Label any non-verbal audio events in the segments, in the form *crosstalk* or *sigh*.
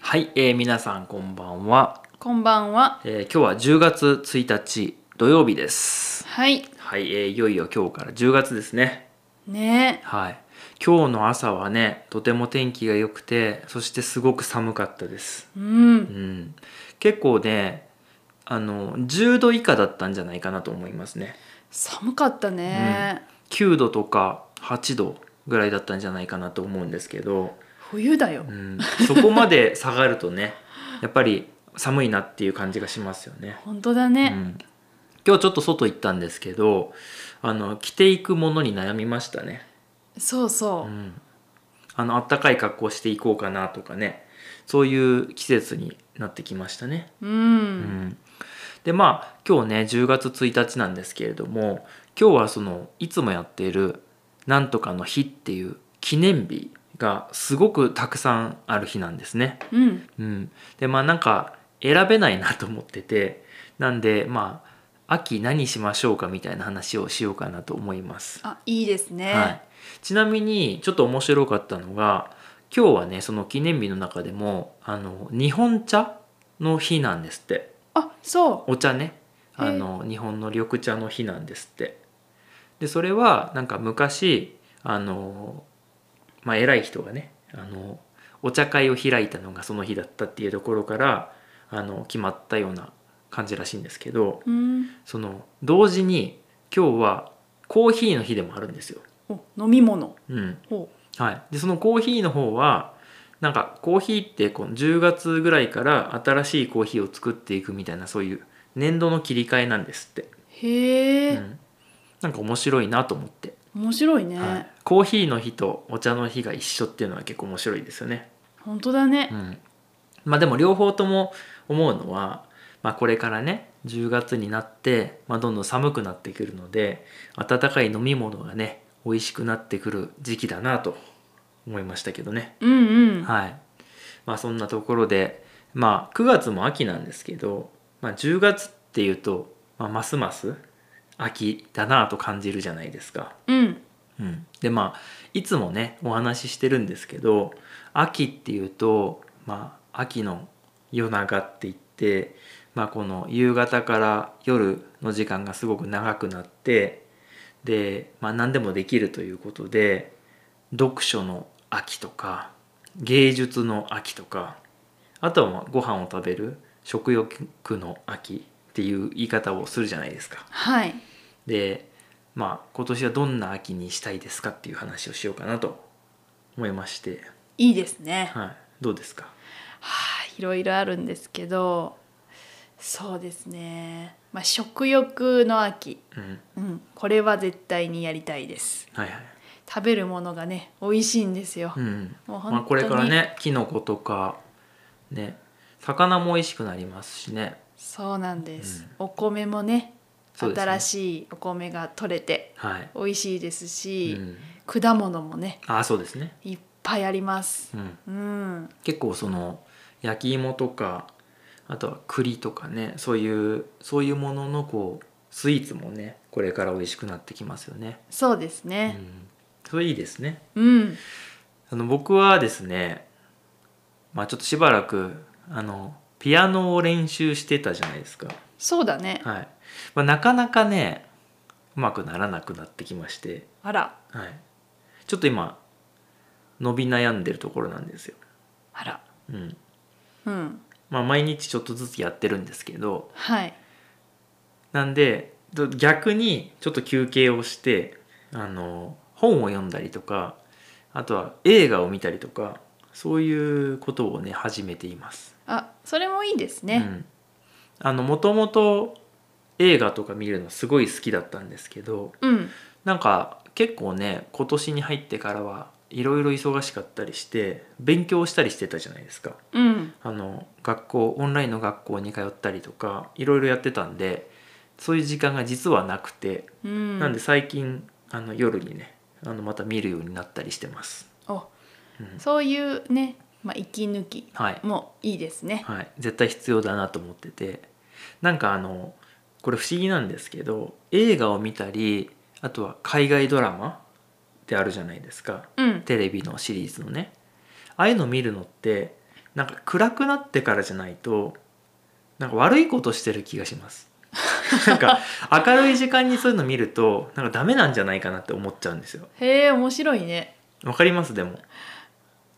はい、えー皆さんこんばんは、こんばんは。えー今日は10月1日土曜日ですはい。はい、えーいよいよ今日から10月ですねねはい今日の朝はねとても天気が良くてそしてすごく寒かったですえ。う。うんん結構ねあの10度以下だったんじゃないかなと思いますね寒かったね。 9度とか8度ぐらいだったんじゃないかなと思うんですけど冬だよう。ん、そこまで下がるとねやっぱり寒いなっていう感じがしますよね。本当だうね。ん、今日ちょっと外行ったんですけどあの着ていくものに悩みましたね。そううそう。ん、あの暖かい格好していこうかなとかねそういう季節になってきましたね。う。うんん、でまあ今日ね10月1日なんですけれども今日はそのいつもやっている「なんとかの日」っていう記念日がすごくたくさんある日なんですね。うん。うん、でまあなんか選べないなと思っててなんでまあ秋何しましょうかみたいな話をしようかなと思います、あ、いいですね。はい、ちなみにちょっと面白かったのが今日はねその記念日の中でもあの日本茶の日なんですってあ、そう。お茶ねへえあの日本の緑茶の日なんですってでそれはなんか昔あのまあ偉い人がねあのお茶会を開いたのがその日だったっていうところからあの決まったような感じらしいんですけどうん。その同時に今日はコーヒーの日でもあるんですよ。お、飲み物。うんほはい、でそのコーヒーの方はなんかコーヒーってこの10月ぐらいから新しいコーヒーを作っていくみたいなそういう年度の切り替えなんですって、う。へうえ。ん、なんか面白いなと思って、面白いはねい。、コーヒーの日とお茶の日が一緒っていうのは結構面白いですよね、本当だうね。ん、まあでも両方とも思うのは、まあ、これからね10月になって、まあ、どんどん寒くなってくるので温かい飲み物がね美味しくなってくる時期だなと思いましたけどねうんうん。はい。まあそんなところで、まあ9月も秋なんですけど、まあ10月っていうと、まあ、ますます秋だなぁと感じるじゃないですか。うん。うん。でまあいつもねお話ししてるんですけど、秋っていうと、まあ秋の夜長って言って、まあこの夕方から夜の時間がすごく長くなって、で、まあ何でもできるということで、読書の秋とか芸術の秋とかあとはまあご飯を食べる食欲の秋っていう言い方をするじゃないですか。はい。でまあ今年はどんな秋にしたいですかっていう話をしようかなと思いまして、いいですね。はい、どうですかはあ、いろいろあるんですけど。そうですね。まあ、食欲の秋。うんうん、これは絶対にやりたいです。はいはい。食べるものがね、美味しいんですよ。うんもう本当にまあ、これからねキノコとかね魚も美味しくなりますしね。そうなんです。お米もね、そうですね新しいお米が取れてはい。美味しいですうし、ん、果物もね、ああそうですね。いっぱいあります。うんうん、結構その焼き芋とかあとは栗とかねそういうそういうもののこうスイーツもねこれから美味しくなってきますよね。そうですうんね。、それいいですね。うん、あの僕はですねまあちょっとしばらくあのピアノを練習してたじゃないですか。そうだね。はいまあ、なかなかねうまくならなくなってきまして、あら、はい、ちょっと今伸び悩んでるところなんですよ。あら、うんうん、まあ、毎日ちょっとずつやってるんですけど、はい。なんでど逆にちょっと休憩をしてあの本を読んだりとかあとは映画を見たりとかそういうことをね始めています。あ、それもいいですうね。んあのもともと映画とか見るのすごい好きだったんですけどうん、なんか結構ね今年に入ってからはいろいろ忙しかったりして勉強したりしてたじゃないですか。うん、あの学校オンラインの学校に通ったりとかいろいろやってたんでそういう時間が実はなくて、うん。なんで最近あの夜にねあのまた見るようになったりしてます、お、うんそういうね、まあ息抜きはい、もいいですね。はい、絶対必要だなと思っててなんかあのこれ不思議なんですけど映画を見たりあとは海外ドラマってあるじゃないですかうん、テレビのシリーズのねああいうの見るのってなんか暗くなってからじゃないとなんか悪いことしてる気がしますなんか明るい時間にそういうの見るとなんかダメなんじゃないかなって思っちゃうんですよへえ面白いねわかりますでも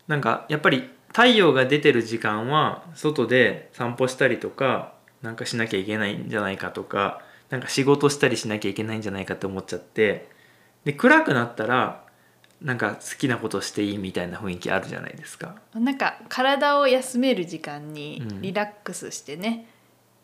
なんかやっぱり太陽が出てる時間は外で散歩したりとかなんかしなきゃいけないんじゃないかとかなんか仕事したりしなきゃいけないんじゃないかって思っちゃってで暗くなったらなんか好きなことしていいみたいな雰囲気あるじゃないですかなんか体を休める時間にうんリラックスしてね、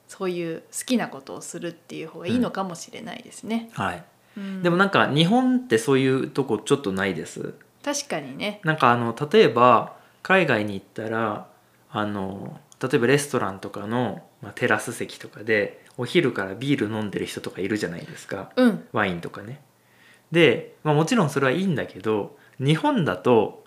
そういう好きなことをするっていう方がいいのかもしれないですね、はいうんでもなんか日本ってそういうとこちょっとないです確かにねなんかあの例えば海外に行ったらあの例えばレストランとかの、まあ、テラス席とかでお昼からビール飲んでる人とかいるじゃないですかうんワインとかね。で、まあ、もちろんそれはいいんだけど日本だと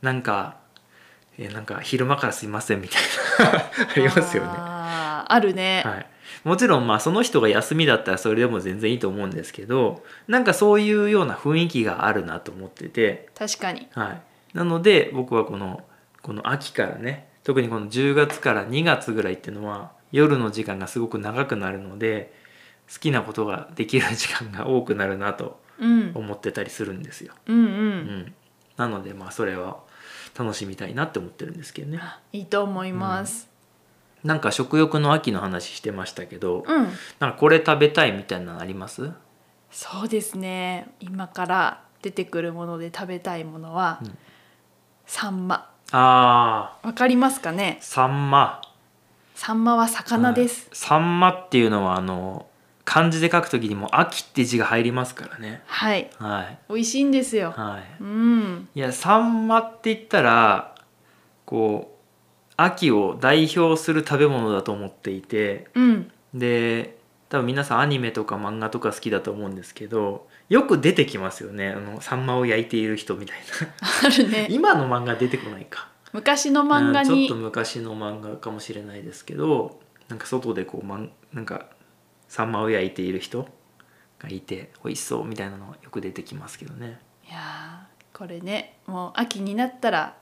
なんか「えなんか昼間からすいません」みたいな *laughs* ありますよね。あーあるね、はい、もちろんまあその人が休みだったらそれでも全然いいと思うんですけどなんかそういうような雰囲気があるなと思ってて確かにはい、なので僕はこのこの秋からね特にこの10月から2月ぐらいっていうのは夜の時間がすごく長くなるので好きなことができる時間が多くなるなとうん、思ってたりするんですよ。うんうんうん、なのでまあそれは楽しみたいなって思ってるんですけどねあいいと思います、なんか食欲の秋の話してましたけどうんなんかこれ食べたいみたいなのありますそうですね今から出てくるもので食べたいものは、うんサンマあわかりますかねーサンマサンマは魚ですは、いサンマっていうのはあの漢字で書くときにも「秋」って字が入りますからねはいはい美味しいんですよ、はうんいいやサンマって言ったらこう秋を代表する食べ物だと思っていてうんで多分皆さんアニメとか漫画とか好きだと思うんですけどよく出てきますよねあのサンマを焼いている人みたいあるなね今の漫画出てこないか昔の漫画うんにちょっと昔の漫画かもしれないですけどなんか外でこうまんなんかサンマを焼いている人がいて美味しそうみたいなのがよく出てきますけどねいやーこれねもう秋になったら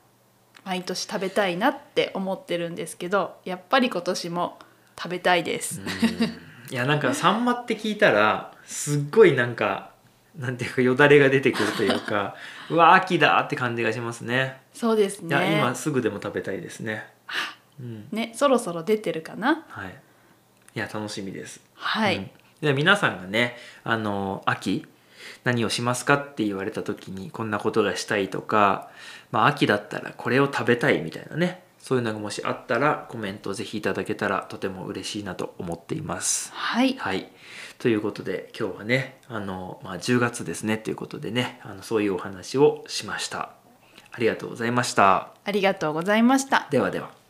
毎年食べたいなって思ってるんですけどやっぱり今年も食べたいです、 *laughs* いやなんかサンマって聞いたらすっごいなんかなんていうかよだれが出てくるという *laughs* かうわ秋だって感じがしますねそうですいや、今ねすぐでも食べたいですねうんねそろそろ出てるかなはいいや楽しみですはい、うんで皆さんがねあの秋何をしますかって言われた時にこんなことがしたいとか、まあ、秋だったらこれを食べたいみたいなねそういうのがもしあったらコメントをぜひいただけたらとても嬉しいなと思っています。はいはいということで今日はねあの、まあ、10月ですねということでねあのそういうお話をしました。ありがとうございました。ありがとうございましたではでは。